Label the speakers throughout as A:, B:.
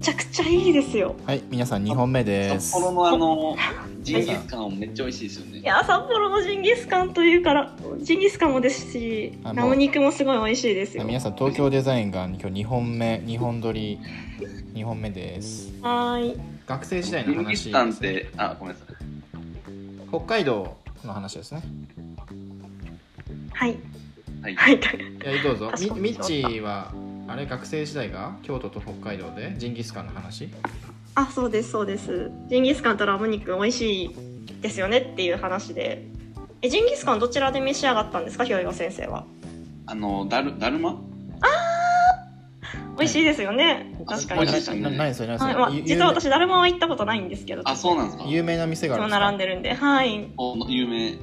A: ちゃくちゃいいですよ
B: はい皆さん2本目で
C: 札
B: す
C: 幌のあ のジンギスカンめっちゃ美味しいですよ
A: い
C: ね。
A: や札幌のジンギスカンというからジンギスカンもですし
B: あ
A: なお肉もすごい美味しいですよ
B: 皆さん東京デザインが今日2本目2本撮り2本目です
A: はーい
B: 学生時代
C: ジ
B: の
C: ンギ
B: 話
C: スカン
B: で
C: っ
B: すね
C: てあごめんなさい。
B: 北海道の話ですね
A: はい
C: はい。
A: はい
B: はいどうぞ
A: あ
B: み
A: そう
B: みっちーはあれ学生時代が京都と北海道でジンギスカンの話
A: あそうですそうですジンギスカンとラム肉美味しいですよねっていう話でえジンギスカンどちらで召し上がったんですかひよいご先生は
C: あのだるだるま？
A: 美味しいですよね、
C: はい
A: 確かに
C: 美味
A: 確
C: しいです
A: か
C: よ
A: に、
C: ね
B: な何それ何そ
A: は
B: れ、
A: いまあ、
B: ゆ
A: 実は私だるまは行ったことないんですけど
C: あそうなんですか。
B: 有名な店
A: い
B: があ
A: つ
B: る
A: も
B: んですか
A: 並んでるんではい
C: お有名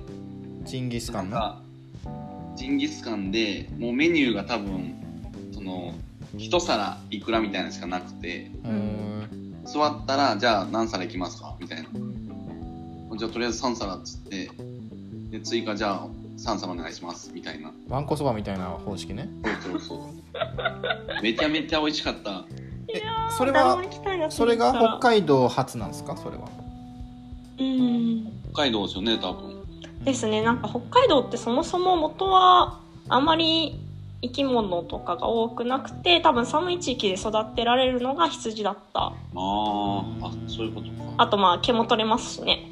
B: ジンギスカンの
C: がジンギスカンでもうメニューが多分その一皿いくらみたいなのしかなくて
B: うーん
C: 座ったらじゃあ何皿いきますかみたいなじゃあとりあえず3皿っつってで追加じゃあ3皿お願いしますみた いな
B: わんこそばみたいな方式ね
C: そうそうそうめちゃめちゃ美味しかった
A: いやー
B: それ
A: だる
B: は
A: ま行きたいな
B: それが北海道初なんですかそれは
A: 海うん
C: 北海道ですよね多分
A: ですねなんか北海道ってそもそも元はあまり生き物とかが多くなくて多分寒い地域で育てられるのが羊だった
C: あーあそういうことか
A: あとまあ毛も取れますしね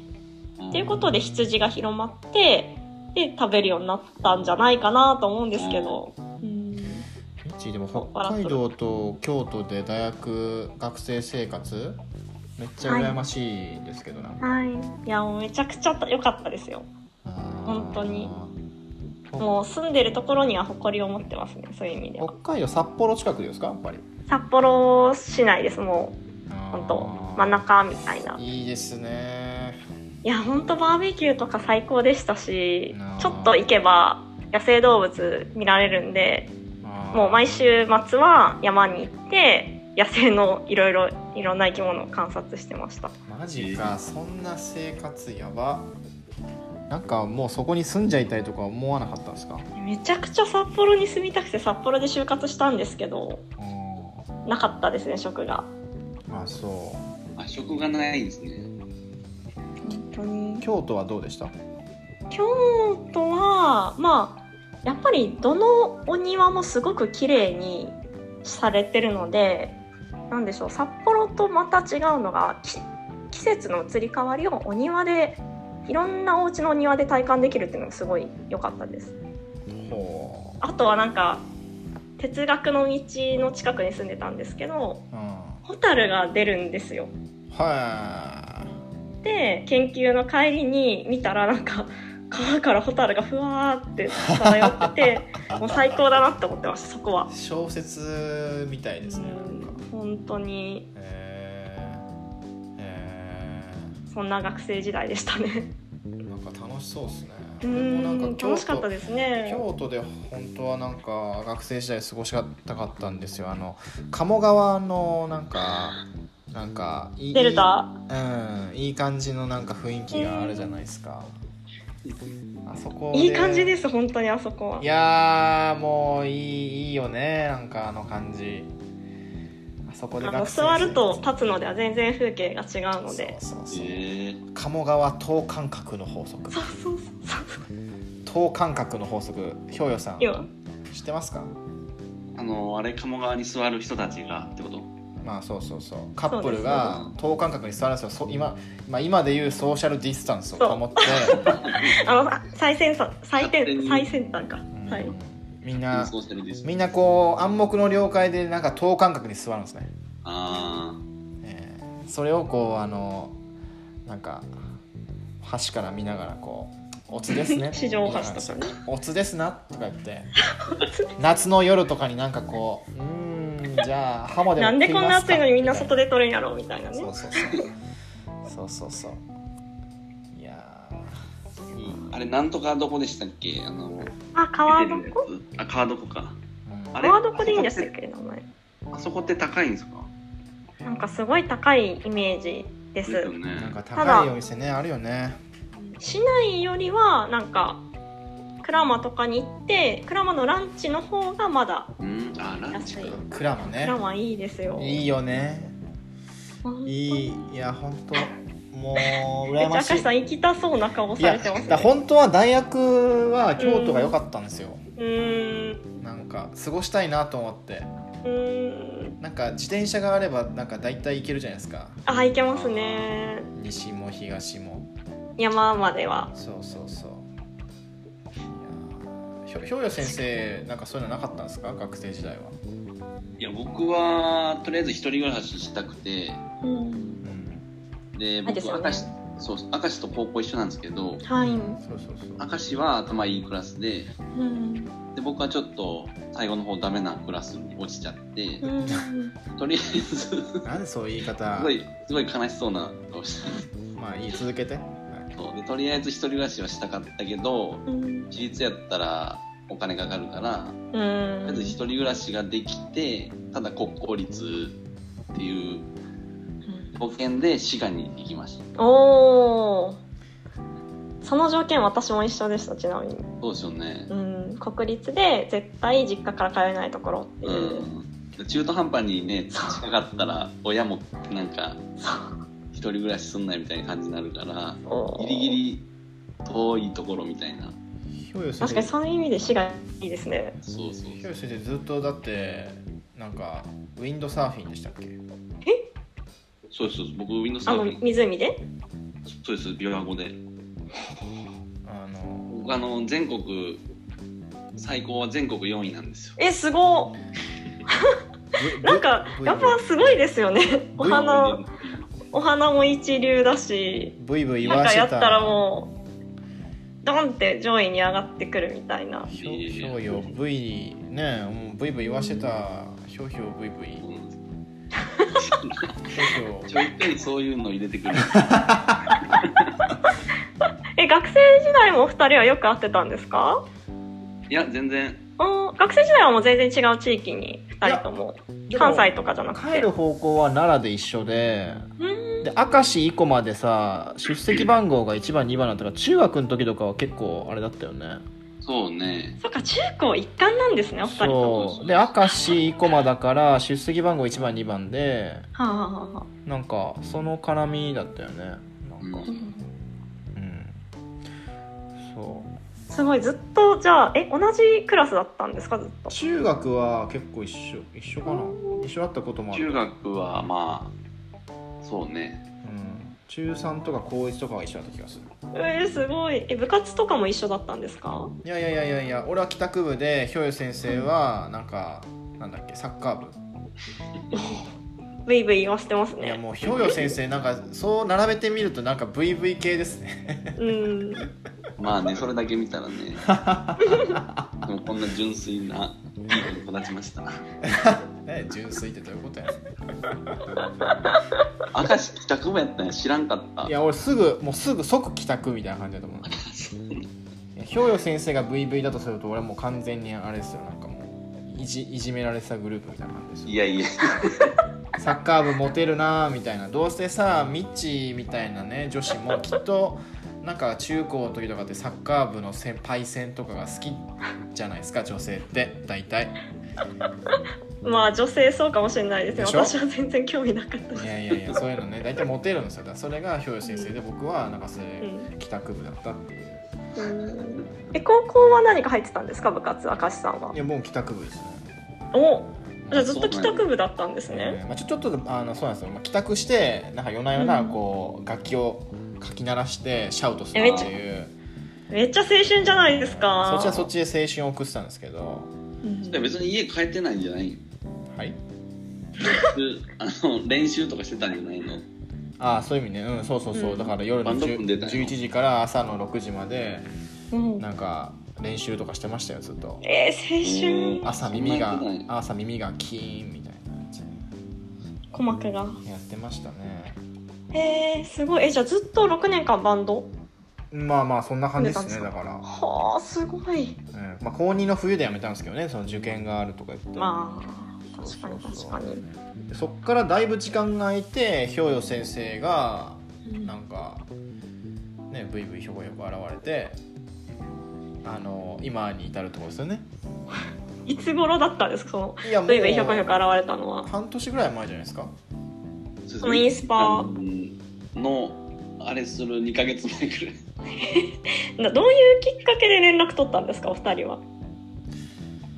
C: っ
A: っていうことで羊が広まってで食べるようになったんじゃないかなと思うんですけど、うん
B: みっちーでも北海道と京都で大学学生生活めっちゃ羨ましいですけどな、
A: はい、いやもうめちゃくちゃ良かったですよ
B: あー
A: 本当にもう住んでるところには誇りを持ってますねそういう意味では
B: 北海道札幌近くですかやっぱり
A: 札幌市内ですもう本当
B: あー
A: 真ん中みたいない
B: いですね
A: いや本当バーベキューとか最高でしたし
B: あー
A: ちょっと行けば野生動物見られるんでも
B: も
A: う毎週末は山に行って野生のいろいろいろんな生き物を観察してました
B: マジかそんな生活やばなんかもうそこに住んじゃいたいとか思わなかったんですか
A: めちゃくちゃ札幌に住みたくて札幌で就活したんですけど
B: うん
A: なかったですね職が
B: あそ
C: あ食がないんですね
A: 本当に
B: う京都はどうでした
A: 京都はまあやっぱりどのお庭もすごく綺麗にされてるのでなんでしょう札幌とまた違うのがき季節の移り変わりをお庭でいろんなお家のお庭で体感できるっていうのがすごい良かったです
B: ほ
A: あとはなんか哲学の道の近くに住んでたんですけど
B: う、うん、は
A: ホタルが出るんですよ
B: あ
A: で研究の帰りに見たらなんか 川からホタルがふわーって漂っててもう最高だなって思ってましたそこは
B: 小説みたいですねなんか
A: うん本当に
B: えー、え
A: そんな学生時代でしたね
B: ー、なんか楽しそうですね
A: う
B: 俺もなん
A: ん
B: 京都
A: 楽しかったですね
B: 京都で本当はなんか学生時代過ごしたかったんですよあの鴨川のなんかなんかいい
A: デルタ
B: うんいい感じのなんか雰囲気があるじゃないですか、あそこ
A: いい感じ
B: で
A: です本当にあそこはい
B: やーもういいいいよねなんかあの感じあそこで
A: あ
B: 学
A: の
B: 生
A: 座ると立つのでは全然風景が違うので
B: そうそうそう、
C: え
B: 鴨川等間隔の法則
A: そうそうそうそう
B: 等間隔の法則ひょうよさん
A: 今
B: 知ってますか
C: ー、あのあれ鴨川に座る人たちがってこと
B: まあそうそうそうカップルが
C: そうです
B: 等間隔に座るんですよそう今,、まあ、今でいうソーシャルディスタンスを
A: そう
B: 保って、
A: あのあ最先端最
C: 勝手
A: 先
C: に
A: 最先端かは
B: う
A: い
B: んみんな
C: そうしてるんです
B: みんなこう暗黙の了解でなんか等間隔に座るんですね、
C: あ
B: えーそれをこうあのなんか橋から見ながらこう「おつで すね」
A: 市場大橋とかね
B: おつですな」とか言って夏の夜とかになんかこう「うーんじゃあハモでも
A: なん
B: 食
A: で
B: い
A: こ
B: ます
A: んな暑
B: か」
A: いのにみんな外で撮るんやろうみたいなね
B: そうそうそうそうそうそういや
C: ーうんあれなんとかどこでしたっけあの
A: あ川
C: 出てる
A: 床
C: やつあ川床か
B: ー、
C: あれ
A: 川床でいいんでしたっけ名前
C: あそこって高いんですか
A: なんかすごい高いイメージで
C: です
A: す
C: よ
B: うんなん
C: ね
B: か
A: ただ
B: 高いお店ねあるよね
A: 市内よりはなんか鞍馬とかに行って鞍馬のランチの方がまだ
C: うんあランチ
A: 安い
B: クラマね
A: 鞍馬いいですよ
B: いいよね
A: 本当
B: いいいや本当もう
A: めっち
B: 羨
A: ゃ
B: ま
A: 明
B: しい
A: 石さん行きたそうな顔
B: い
A: さ
B: や
A: れてます
B: だ
A: ね
B: 本当は大学は京都が良かったんですよ、
A: うーん
B: なんか過ごしたいなと思って
A: うーん
B: なんか自転車があればなんか大体行けるじゃないですか
A: あ行けますね
B: 西も東も
A: 山までは
B: そうそうそういやーひょひょうよ先生なんかそういうのなかったんですか学生時代は、
C: いや僕はとりあえず一人暮らししたくて
A: うん
B: うん、
C: で
A: あ
C: 僕
A: ですよね
C: 明石そう明石と高校一緒なんですけど
A: はい
B: そうそうそう
C: 明石は頭いいクラスで
A: うん
C: で僕はちょっと最後の方ダメなクラスに落ちちゃって
A: うん
C: とりあえずす
B: なんでそういう言い方
C: ごいすごい悲しそうな顔してる
B: まあいい続けて、はい
C: そうでとりあえず一人暮らしはしたかったけど
A: うん
C: 自立やったらお金かかるから
A: う
C: と りあえず一
A: ん
C: 人暮らしができてただ国公立っていう保険で滋賀に行きました
A: おおその条件私も一緒でしたちなみに、
C: そうですよね
A: うん、国立で絶対実家から通えないところっていうう、
C: んで中途半端にね近かったら親もなんか
A: そう
C: 一人暮らしすんなよみたいな感じになるから
A: おー
C: ギリギリ遠いところみたいな
B: ひょうよ
A: 確
B: 先
A: か
B: 生
A: にそういう意味で市がいいですね
C: そうそう
B: ひょうよ先生ずっとだってなんかウィンドサーフィンでしたっけ
C: そうです僕ウィンドウサ
A: あ
C: ー
A: の
C: フィン
A: 湖で
C: そうです琵琶湖で
B: あの
C: 僕あの全国最高は全国4位なんですよ
A: えすご
B: ぶ
A: いなんか
B: ぶ
A: やっぱすごいですよねお花お花も一流だし
B: ブイブイ言
A: なん
B: わ
A: か
B: し
A: や
B: て
A: ったらもうドンって上位に上がってくるみたいな
B: ひょひょうよブイねえもうブイブイ言わしてたひょうひょうブイブイ
C: うん
B: ひょうひ
C: ちょいちょいそういうの入れてくる
A: え学生時代もお二人はよく会ってたんですか
C: いや全然
A: うん学生時代はもう全然違う地域に二人とも
B: ょう
A: 関西とかじゃなく
B: 帰
A: て
B: る方向は奈良で一緒で
A: うん
B: で明石以降までさ出席番号が1番2番だったから中学の時とかは結構あれだったよね
C: そうね
A: そっか中高一貫なんですねお二人とも
B: そうで明石生駒だから出席番号1番2番で
A: はあはあはあ
B: なんかその絡みだったよねなんか
C: う
A: うんん
B: うんそう
A: すごいずっとじゃあえ同じクラスだったんですかずっと
B: 中学は結構一緒一緒かな一緒だったこともある
C: 中学はまあそうね
B: うん、中3とか高1とかは一緒だった気がする
A: えー、すごいえ部活とかも一緒だったんですか
B: いやいやいやいやいや俺は帰宅部でひょうゆ先生はなんかなんだっけサッカー部
A: ブイブイ言わせてます
B: いや
A: ね
B: もうひょうよ先生なんかそう並べてみるとなんか VV 系ですね
A: うん
C: まあねそれだけ見たらねでもこんな純粋ないい子に育ちました
B: ね純粋ってどういうことや
C: 明石帰宅部やったんや知らんかった
B: いや俺すぐもうすぐ即帰宅みたいな感じだと思う いやひょうよ先生が VV だとすると俺もう完全にあれですよなんかもういじいじめられてたグループみたいな感じです
C: い
B: よ
C: やいや
B: サッカー部モテるなーみたいなどうせさミッチーみたいなね女子もきっとなんか中高の時とかってサッカー部の先輩戦とかが好きじゃないですか女性って大体
A: まあ女性そうかもしれないですね
B: でしょ
A: 私は全然興味なかったです
B: いやいやいやそういうのね大体モテるんですよだからそれがひょうよ先生で僕はなんかそういう帰宅部だったっていう
A: うんえ高校は何か入ってたんですか部活明石さんはい
B: やもう帰宅部ですね
A: おじゃあ
C: そう
A: ずっと帰宅部だったんですね
B: まあ、ちょちょっとあのそうなんですよ、まあ、帰宅してなんか夜な夜な
A: うん
B: こう、楽器をかき鳴らしてシャウトするっていう
A: めっちゃ青春じゃないですか
B: そっちはそっちで青春を送ってたんですけど
A: うん
C: 別に家帰ってないんじゃない
B: はい
C: 普通あの練習とかしてたんじゃないの
B: ああそういう意味ねうんそうそうそう、
A: うん
B: だから夜の
C: バンド組んで
B: 10
C: たよ
B: 11時から朝の6時まで
A: うん
B: なんか練習とかしてましたよずっと
A: えー、青春
B: 朝耳
C: そ
B: が
C: んなやってない
B: 朝耳がキーンみたいな感じ
A: 鼓膜が
B: でやってましたね
A: えー、すごいえじゃあずっと6年間バンド
B: まあまあそんな感じで
A: そ
B: すね
A: んな
B: だから、
A: はあすごい
B: うんまあ、高2の冬でやめたんですけどねその受験があるとか言って
A: まあ確かに確かに
B: でそっからだいぶ時間が空いてひょうよ先生がなんかねブイブイひょこよく現れてあの今に至るところですよね
A: いつ頃だったんですかその
B: いやも
A: ブイブイひょこひょこ
B: う
A: 現れたのは
B: 半年ぐらい前じゃないですか
C: そ
A: そのインスパ
C: のあれする2ヶ月前くらい
A: などういうきっかけで連絡取ったんですかお二人は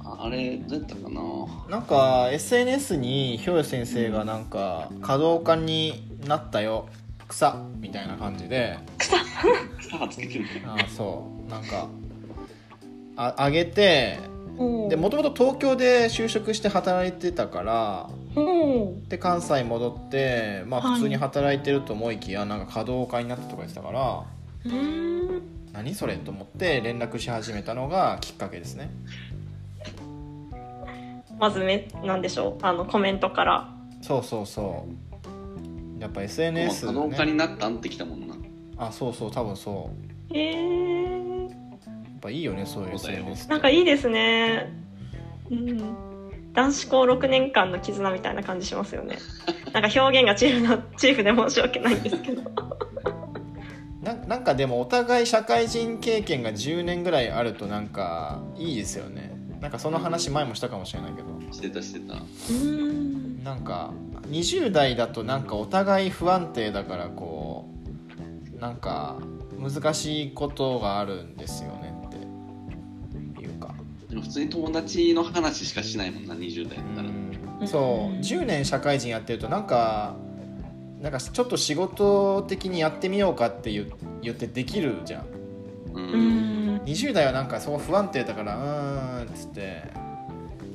C: ああれどうやったかな
B: なんか SNS にひょうよ先生がなんか「稼働家になったよ草」みたいな感じで
C: 草はつけてる
B: あーそうなんかああげて
A: うん
B: でもともと東京で就職して働いてたから
A: うん
B: で関西戻ってま
A: は
B: あ
A: い
B: 普通に働いてると思いきやなんか稼働家になったとか言ってたから
A: うん
B: 何それと思って連絡し始めたのがきっかけですね
A: まずめなんでしょうあのコメントから
B: そうそうそうやっぱ SNS
C: 可
B: ね
C: 能化になったんってきたもんな
B: あそうそう多分そう
A: えー、
B: やっぱいいよねそういう
C: そうだよ
B: SNS って
A: なんかいいですねうん男子校6年間の絆みたいな感じしますよねなんか表現がチーフなチーフで申し訳ないんですけど
B: ななんかでもお互い社会人経験が10年ぐらいあるとなんかいいですよねなんかその話前もしたかもしれないけど
C: してたしてた
A: うん
B: なんか20代だとなんかお互い不安定だからこうなんか難しいことがあるんですよねっていうか
C: でも普通に友達の話しかしないもんな20代だったら、
A: うん
B: そう10年社会人やってるとなんかなんかちょっと仕事的にやってみようかって言う言ってできるじゃん
C: うん
A: うん
B: 20代はなんかそこ不安定だからうーんっつって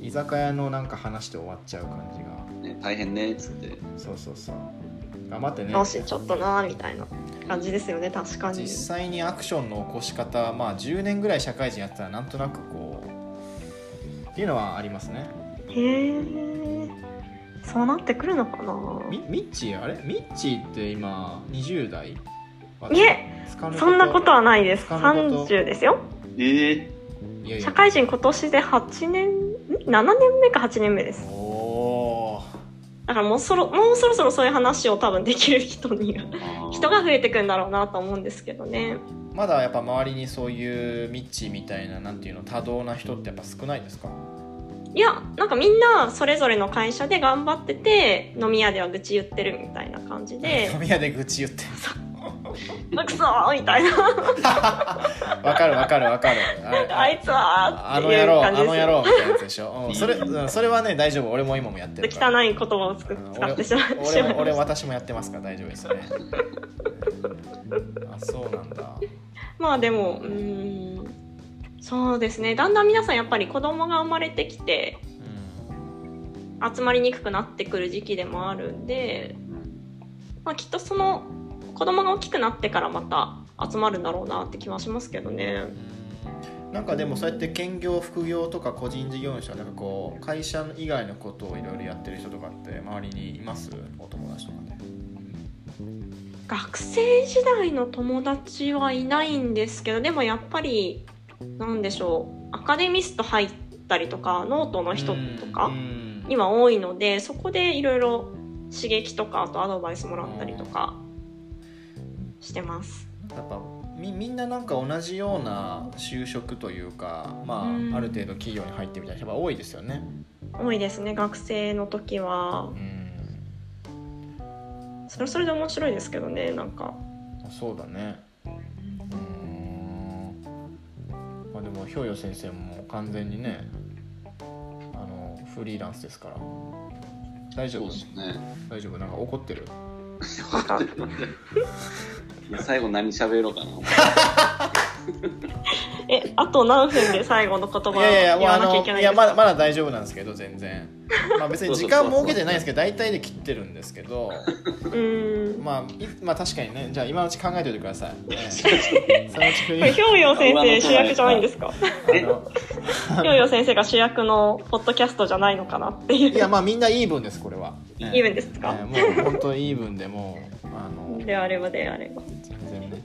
B: 居酒屋のなんか話で終わっちゃう感じが
C: ね、大変ねっつって
B: そうそうそう頑張ってね
A: どうしちょっとなみたいな感じですよね確かに
B: 実際にアクションの起こし方まあ10年ぐらい社会人やってたらなんとなくこうっていうのはありますね
A: へえそうなってくるのかな
B: みミッチーあれミッチーって今20代
A: いえそんなことはないです
B: 他のこと
A: 30ですよ
C: ええ
B: いやいや
A: 社会人今年で8年ん7年目か8年目です
B: おお
A: だからもうそろもうそろそろそういう話を多分できる人に人が増えてくんだろうなと思うんですけどね
B: まだやっぱ周りにそういうミッチーみたいななんていうの多動な人ってやっぱ少ないですか
A: いやなんかみんなそれぞれの会社で頑張ってて飲み屋では愚痴言ってるみたいな感じで
B: 飲み屋で愚痴言って
A: 「うくそ!」みたいな
B: わかるわかるわかる
A: 「あいつは!」
B: あ
A: って
B: の
A: い
B: 野
A: う
B: 郎あ
A: 感じで
B: の
A: す
B: 野
A: よ
B: 郎みたいなやつでしょ、うん それうんそれはね大丈夫俺も今もやってるから
A: 汚い言葉をつく使ってしま
B: 俺
A: しまいま
B: も
A: した
B: 俺私もやってますから大丈夫です ねあそうなんだ
A: まあでもうーんそうですねだんだん皆さんやっぱり子供が生まれてきて
B: うん
A: 集まりにくくなってくる時期でもあるんで、まあ、きっとその子供が大きくなってからまた集まるんだろうなって気はしますけどね。
B: うんなんかでもそうやって兼業副業とか個人事業主はなんかこう会社以外のことをいろいろやってる人とかって周りにいますお友達とかね
A: 学生時代の友達はいないんですけどでもやっぱりなんでしょうアカデミスト入ったりとかノートの人とか
B: うん
A: には多いのでそこでいろいろ刺激とかあとアドバイスもらったりとかしてます。
B: やっぱみみんななんか同じような就職というか、まあ、
A: うん
B: ある程度企業に入ってみたいな人が多いですよね。
A: 多いですね学生の時は
B: うん、
A: それはそれで面白いですけどねなんか
B: そうだね。うんまあ、でもひょうよ先生も完全にねあのフリーランスですから大丈
C: そう
B: 夫
C: ですね
B: 大丈夫なんか怒ってる
C: いや最後何喋ろうか な
A: えあと何分で最後の言葉を
B: いやいやいやも
A: 言
B: うあ
A: わなきゃいけ
B: の
A: ない
B: い
A: んで
B: や
A: すか
B: まだまだ大丈夫なんですけど全然、まあ、別に時間設けてないですけど大体で切ってるんですけど。
A: うーん
B: まあ、いまあ確かにねじゃあ今のうち考えておいてくださ い、ねそのうちフ
A: こ
B: リ
A: れ
B: ー
A: ひょうよう先生主役じゃないんですか
B: あ
A: ひ
B: の
A: ょうよう先生が主役のポッドキャストじゃないのかなっていう
B: いやまあみんなイーブンですこれは、ね
A: 言うんですか、
B: ねもう本当イーブンでもうあの
A: であればであれば
B: 全然ね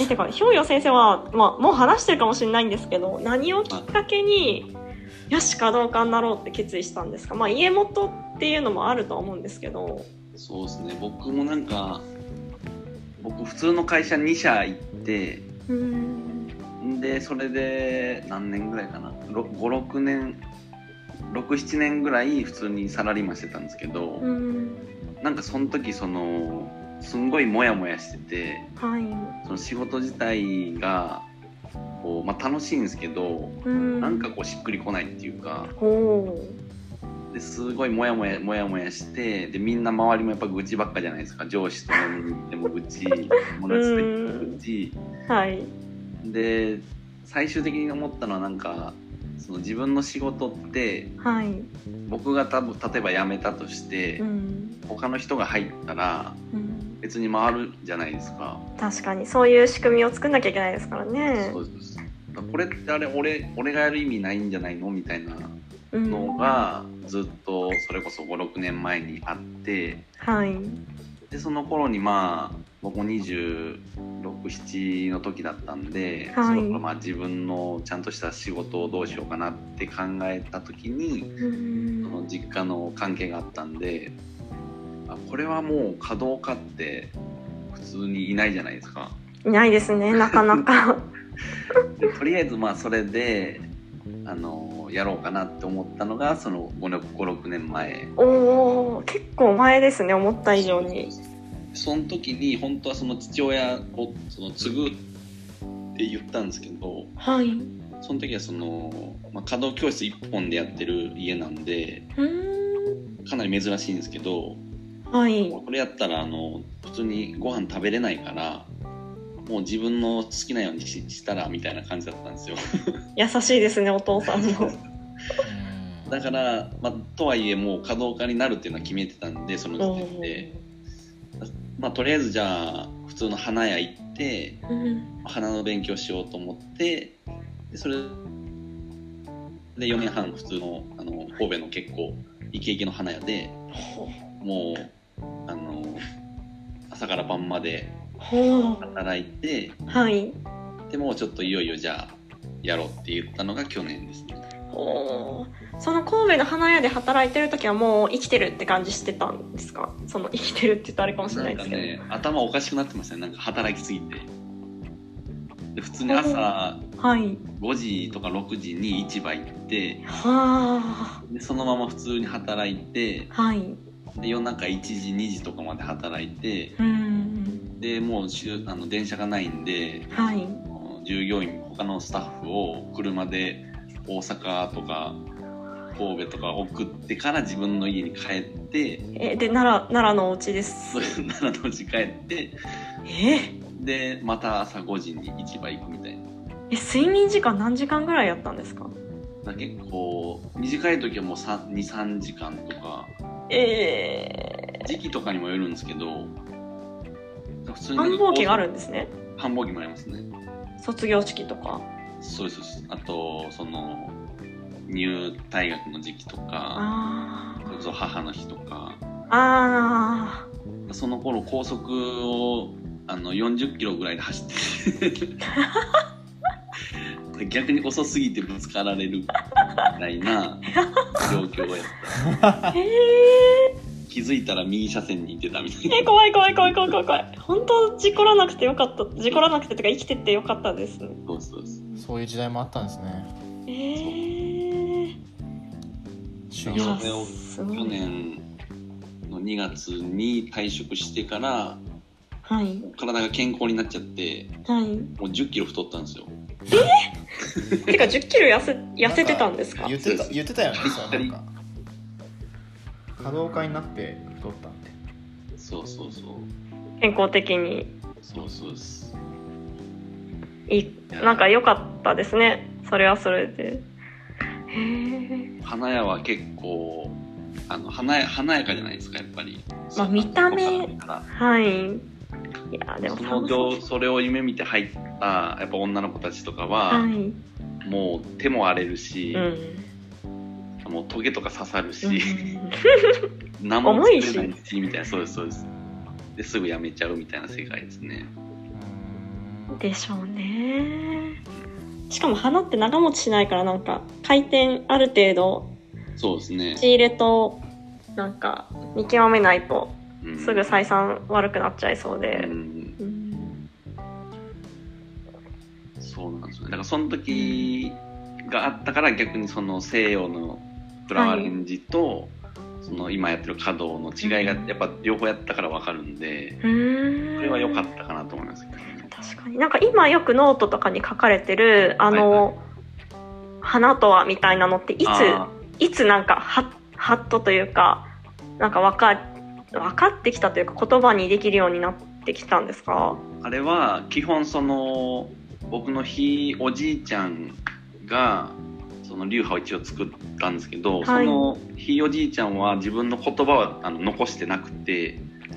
A: えてかひょうよう先生は、まあ、もう話してるかもしれないんですけど何をきっかけによしかどうかになろうって決意したんですかまあ家元っていうのもあるとは思うんですけど
C: そうですね僕もなんか僕普通の会社2社行って
A: うん
C: でそれで何年ぐらいかな56年67年ぐらい普通にサラリーマンしてたんですけど、
A: うん
C: なんかその時そのすんごいモヤモヤしてて
A: はい
C: その仕事自体がこう、まあ、楽しいんですけど
A: うん
C: なんかこうしっくりこないっていうか
A: おお
C: ですごいモヤモヤモヤモヤしてでみんな周りもやっぱ愚痴ばっかじゃないですか上司と飲みに行っても愚 痴友達と行っても愚痴
A: ーはい
C: で最終的に思ったのはなんかその自分の仕事って
A: はい
C: 僕が多分例えば辞めたとして
A: うん
C: 他の人が入ったら
A: うん
C: 別に回るじゃないですか。
A: 確かにそういう仕組みを作んなきゃいけないですからね
C: そうですこれってあれ俺俺がやる意味ないんじゃないのみたいな
A: うん
C: のがずっとそれこそ56年前にあって
A: はい
C: でその頃にまあ僕も267の時だったんで、
A: はい
C: その頃まあ自分のちゃんとした仕事をどうしようかなって考えた時に
A: う
C: その
A: ん
C: 実家の関係があったんであこれはもう稼働家って普通にいないじゃないですか。
A: いないですねなかな か
C: でとりあえずまあそれであのやろうかなって思ったのがその56年前
A: おお結構前ですね思った以上に
C: その時に本当はその父親をその継ぐって言ったんですけど
A: はい
C: その時はその、まあ、稼働教室1本でやってる家なんで
A: うん
C: かなり珍しいんですけど
A: はい
C: これやったらあの普通にご飯食べれないからもう自分の好きなようにししたらみたいな感じだったんですよ
A: 優しいですねお父さんも
C: だから、まあ、とはいえもう稼働家になるっていうのは決めてたんでその時点で、まあ、とりあえずじゃあ普通の花屋行って
A: うん
C: 花の勉強しようと思ってでそれで4年半普通のあの神戸の結構イケイケの花屋で
A: ほ
C: もうあの朝から晩まで
A: ほう
C: 働いて
A: はい
C: でもうちょっといよいよじゃあやろうって言ったのが去年ですね
A: おーその神戸の花屋で働いてる時はもう生きてるって感じしてたんですかその生きてるって言ったらあれかもしれ
C: な
A: ない
C: ん
A: で
C: か
A: すけど、
C: ね頭おかしくなってましたねなんか働きすぎてで普通に 朝
A: はい
C: 5時とか6時に市場行って
A: は
C: でそのまま普通に働いて
A: あはい
C: で夜中1時2時とかまで働いて
A: うん
C: でもうしゅあの電車がないんで
A: はい
C: あの従業員他のスタッフを車で大阪とか神戸とか送ってから自分の家に帰って
A: えで奈良奈良のお家です
C: そういう奈良のうち帰って
A: え
C: でまた朝5時に市場行くみたいな。
A: え睡眠時間何時間ぐらいやったんですか
C: だから結構短い時はもう23時間とか
A: え
C: 時期とかにもよるんですけど普
A: ー、
C: 通になん
A: 繁
C: か
A: 忙期があるんですね
C: 繁忙期もありますね
A: 卒業式とか
C: そうですそうですあとその入退学の時期とか
A: あ
C: それこそ母の日とか
A: ーあ
C: その頃高速をあの40キロぐらいで走って 逆に遅すぎてぶつかられるみたいな状況をやった
A: ー え
C: 気づいたら右車線に行ってたみたい
A: ー、え
C: な
A: 怖い怖い怖い怖い怖い怖い本当事故らなくてよかった事故らなくてとか生きててよかったですね
C: そうそうです
B: そういう時代もあったんですね
A: えー、
B: 修
A: いや
B: 行
C: それを
A: すご
C: 去
A: い
C: 年の2月に退職してから
A: はい
C: 体が健康になっちゃって
A: はい
C: もう1 0キロ太ったんですよ
A: てか1 0キロ痩せ痩せてたんですか
B: 言ってた言ってたよねそうなんか可動化になって太ったんで
C: そうそうそう
A: 健康的に
C: そうそうです
A: いいなんか良かったですねそれはそれでへえ
C: 花屋は結構あの華や華やかじゃないですかやっぱり
A: まあ見た目
C: から
A: はいいやでも
C: その
A: そう
C: どそれを夢見て入ったやっぱ女の子たちとかは、
A: はい
C: もう手も荒れるし
A: うん、、
C: もうトゲとか刺さるし、
A: う
C: 何も
A: 重
C: 作れないしみたいなそうですそうですですぐ辞めちゃうみたいな世界ですね
A: ん、でしょうねしかも花って長持ちしないからなんか回転ある程度
C: そうですね、
A: 仕入れとなんか見極めないと
C: うん
A: すぐ採算悪くなっちゃいそう
C: う
A: で、
C: ん
A: うん
C: そうなんですよねだからその時があったから逆にその西洋のプランアレンジと、その今やってる稼働の違いがやっぱ両方やったから分かるんで、
A: うーん
C: これは良かったかなと思いますけどね。
A: 確かになんか今よくノートとかに書かれてるあの、花とはみたいなのっていつ
C: あ
A: いつなんかハッハッとというかなんか分か分かってきたというか言葉にできるようになってきたんですか
C: ーあれは基本その僕のひいおじいちゃんがその流派を一応作ったんですけど、
A: い
C: そのひいおじいちゃんは自分の言葉はあの残してなくて
A: へ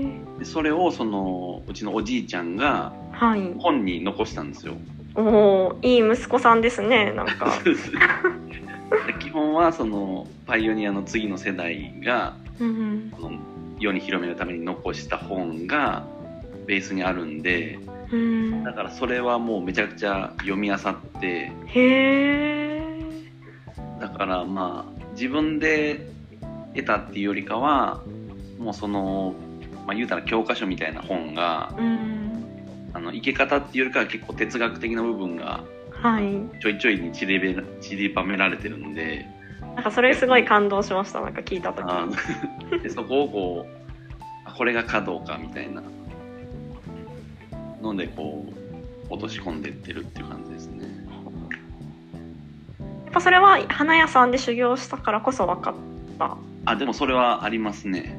A: え
C: でそれをそのうちのおじいちゃんが
A: はい
C: 本に残したんですよ。
A: おおいい息子さんですねなんか
C: で基本はそのパイオニアの次の世代が
A: うん
C: この世に広めるために残した本がベースにあるんで
A: うん
C: だからそれはもうめちゃくちゃ読み漁って
A: へえ
C: だからまあ自分で得たっていうよりかはもうその、まあ、言うたら教科書みたいな本が
A: うん
C: あの生け方っていうよりかは結構哲学的な部分が
A: はい
C: ちょいちょいに散りべ散りばめられてるんで
A: なんかそれすごい感動しましたなんか聞いた時
C: あの でそこをこうあこれが稼働かみたいなのでこう落とし込んでってるっていう感じですね
A: やっぱそれは花屋さんで修行したからこそ分かった。
C: あでもそれはありますね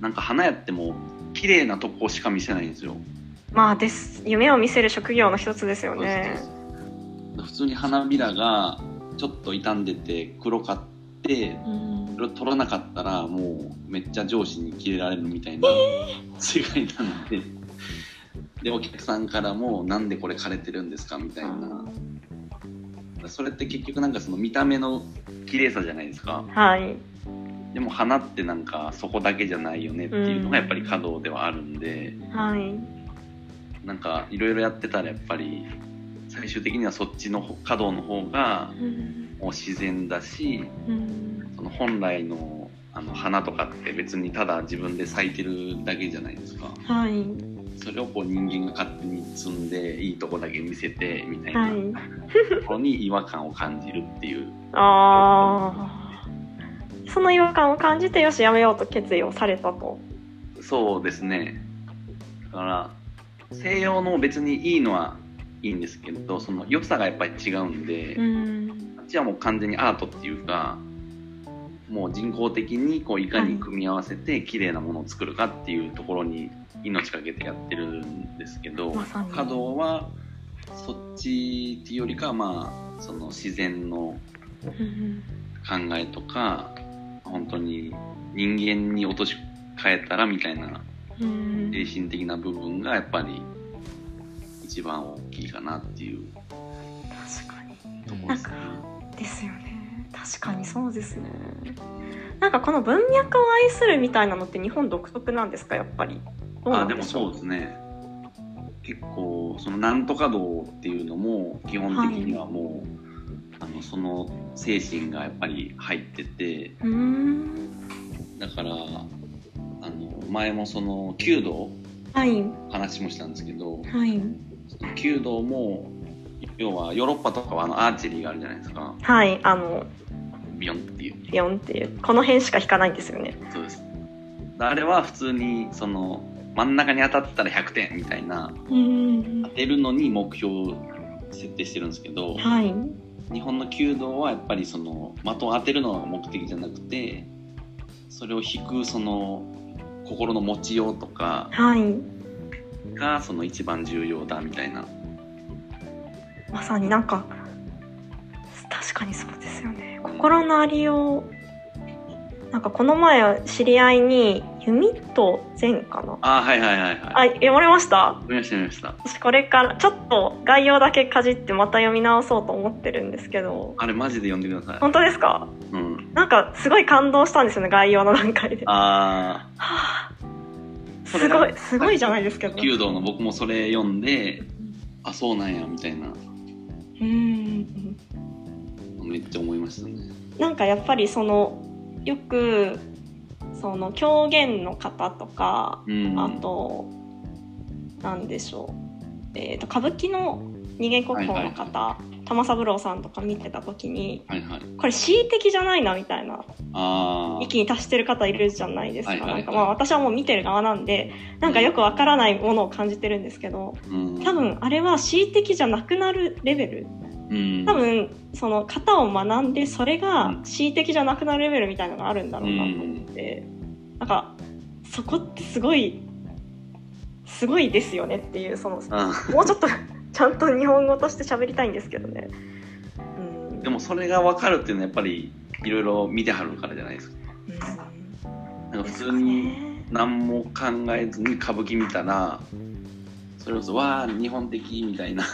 C: なんか花屋ってもう綺麗なとこしか見せないんですよ、
A: まあです夢を見せる職業の一つですよね。
C: 普通に花びらがちょっと傷んでて黒かってそれを取らなかったらもうめっちゃ上司にキレられるみたいな違いなんで、でお客さんからも「なんでこれ枯れてるんですか?」みたいなそれって結局なんかその見た目の綺麗さじゃないですか
A: はい。
C: でも花ってなんかそこだけじゃないよねっていうのがやっぱり稼働ではあるんで、
A: はい。
C: なんかいろいろやってたらやっぱり最終的にはそっちの稼働の方がもう自然だしその本来のあの花とかって別にただ自分で咲いてるだけじゃないですか
A: はい。
C: それをこう人間が勝手に摘んでいいとこだけ見せてみたいな
A: はい。
C: ところに違和感を感じるっていう
A: ああ。その違和感を感じてよしやめようと決意をされたと。
C: そうですねだから西洋の別にいいのはいいんですけどその良さがやっぱり違うんで、
A: ん。
C: あっちはもう完全にアートっていうかもう人工的にこういかに組み合わせて綺麗なものを作るかっていうところに命かけてやってるんですけど
A: まさに
C: 華道はそっちっていうよりかはまあその自然の考えとか本当に人間に落とし変えたらみたいな精神的な部分がやっぱり一番大きいかなっていう
A: 確かに。
C: ところですね。
A: ですよね確かにそうですねなんかこの文脈を愛するみたいなのって日本独特なんですかやっぱりどうな
C: あ
A: ん
C: でも
A: しょ
C: そうですね結構そのなんとか道っていうのも基本的にはもう、あのその精神がやっぱり入ってて
A: ううーん
C: だからあの前もその弓道
A: はい
C: 話もしたんですけど
A: はい
C: その弓道も要はヨーロッパとかはあのアーチェリーがあるじゃないですか
A: はいあの
C: ビヨンっていう
A: ビヨンっていうこの辺しか引かないんですよね
C: そうですあれは普通にその真ん中に当たったら100点みたいな
A: うん
C: 当てるのに目標を設定してるんですけど、
A: はい
C: 日本の弓道はやっぱりその的を当てるのが目的じゃなくてそれを引くその心の持ちようとか
A: はい
C: がその一番重要だみたいな
A: まさになんか確かにそうですよね心のありようなんかこの前知り合いに弓と善かな
C: あはいはいはいはい
A: あ読まれました
C: 読みました読みました
A: 私これからちょっと概要だけかじってまた読み直そうと思ってるんですけど
C: あれマジで読んでくださ
A: 本当ですか
C: い、うん、
A: なんかすごい感動したんですよね概要の段階で
C: あ
A: す
C: それ
A: ご
C: ない
A: すごいじゃないですけ
C: あ
A: ど
C: 弓道の僕もそれ読んであそうなんやみたいな
A: うん
C: めっちゃ思いましたね
A: なんかやっぱりそのよくその狂言の方とか
C: うん
A: あと何でしょう、えー、と歌舞伎の人間国宝の方玉三郎さんとか見てた時に
C: はいはい。
A: これ恣意的じゃないなみたいな
C: ああ。
A: 域に達してる方いるじゃないですか,、
C: はいはいは
A: な
C: い
A: んかまあ私はもう見てる側なんでなんかよくわからないものを感じてるんですけど
C: うん
A: 多、分あれは恣意的じゃなくなるレベル
C: うん、
A: 多分その型を学んでそれが恣意的じゃなくなるレベルみたいなのがあるんだろうなと思って、なんかそこってすごいすごいですよねっていうその
C: あ
A: もうちょっとちゃんと日本語として喋りたいんですけどね。うん
C: ーでもそれが分かるっていうのはやっぱりいろいろ見てはるからじゃないですか
A: うん
C: なんか普通に何も考えずに歌舞伎見たらそれこそ「わあ日本的」み たいな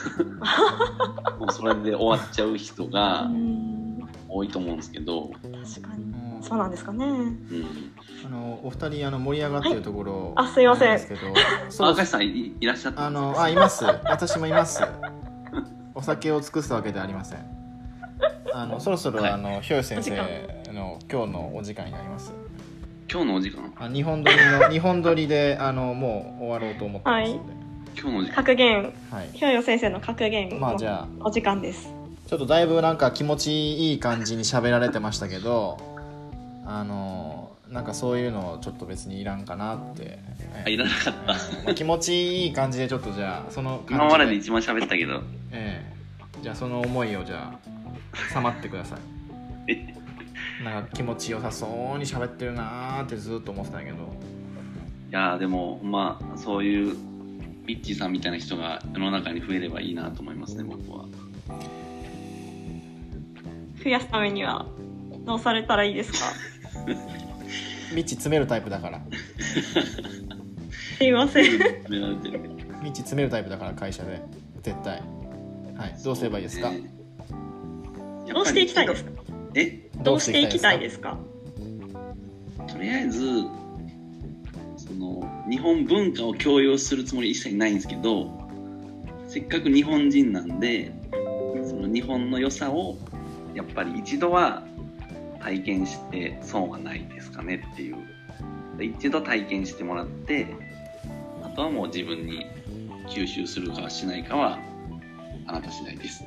C: もうそれで終わっちゃう人
A: う
C: が
A: ん
C: 多いと思うんですけど、
A: 確かに
B: うん
A: そうなんですかね。
C: うん、
B: あのお二人あの盛り上がってるところ、
A: はいあすいません
B: なんですけど
C: あ
B: そう
C: 赤石さんいいらっしゃった
B: あ
C: んです
B: のあいます私もいますお酒を尽くすわけではありませんあのそろそろ、
C: はい
B: あのひょう先生
A: お
B: の今日のお時間になります
C: 今日のお時間
B: あ日本撮り の日本撮りであのもう終わろうと思ってますので、
C: 今日のお時間
A: 格言、
B: はい
A: ひょうよ先生の格言
B: まあ
A: の
B: じゃあ
A: お時間です。
B: ちょっとだいぶなんか気持ちいい感じに喋られてましたけどあのなんかそういうのちょっと別にいらんかなって、
C: あいらなかっ
B: え
C: た
B: ーまあ気持ちいい感じでちょっとじゃあその感じ
C: 今までで一番喋ったけど
B: ええじゃあその思いをじゃあさまってください
C: え
B: なんか気持ちよさそうに喋ってるなーってずっと思ってたんやけど
C: いやーでもまあそういうビッチーさんみたいな人が世の中に増えればいいなと思いますね僕 は
A: 増やすためにはどうされたらいいですか。
B: 未知詰めるタイプだから
A: すいません。
C: められてるけど
B: 未知詰めるタイプだから会社で絶対はいどうすればいいですか、
C: ね
A: どうしていきたいですか。
C: え
A: どうしていきたいですすか。
C: とりあえずその日本文化を強要するつもり一切ないんですけどせっかく日本人なんでその日本の良さをやっぱり一度は体験して損はないですかねっていう一度体験してもらってあとはもう自分に吸収するかしないかはあなた次第です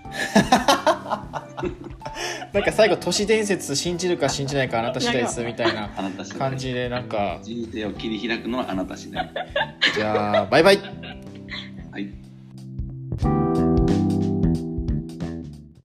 B: なんか最後都市伝説信じるか信じないかあなた次第ですみたいな
C: あなた次第
B: 感じでなんか
C: 人生を切り開くのはあなた次第
B: じゃあバイバイ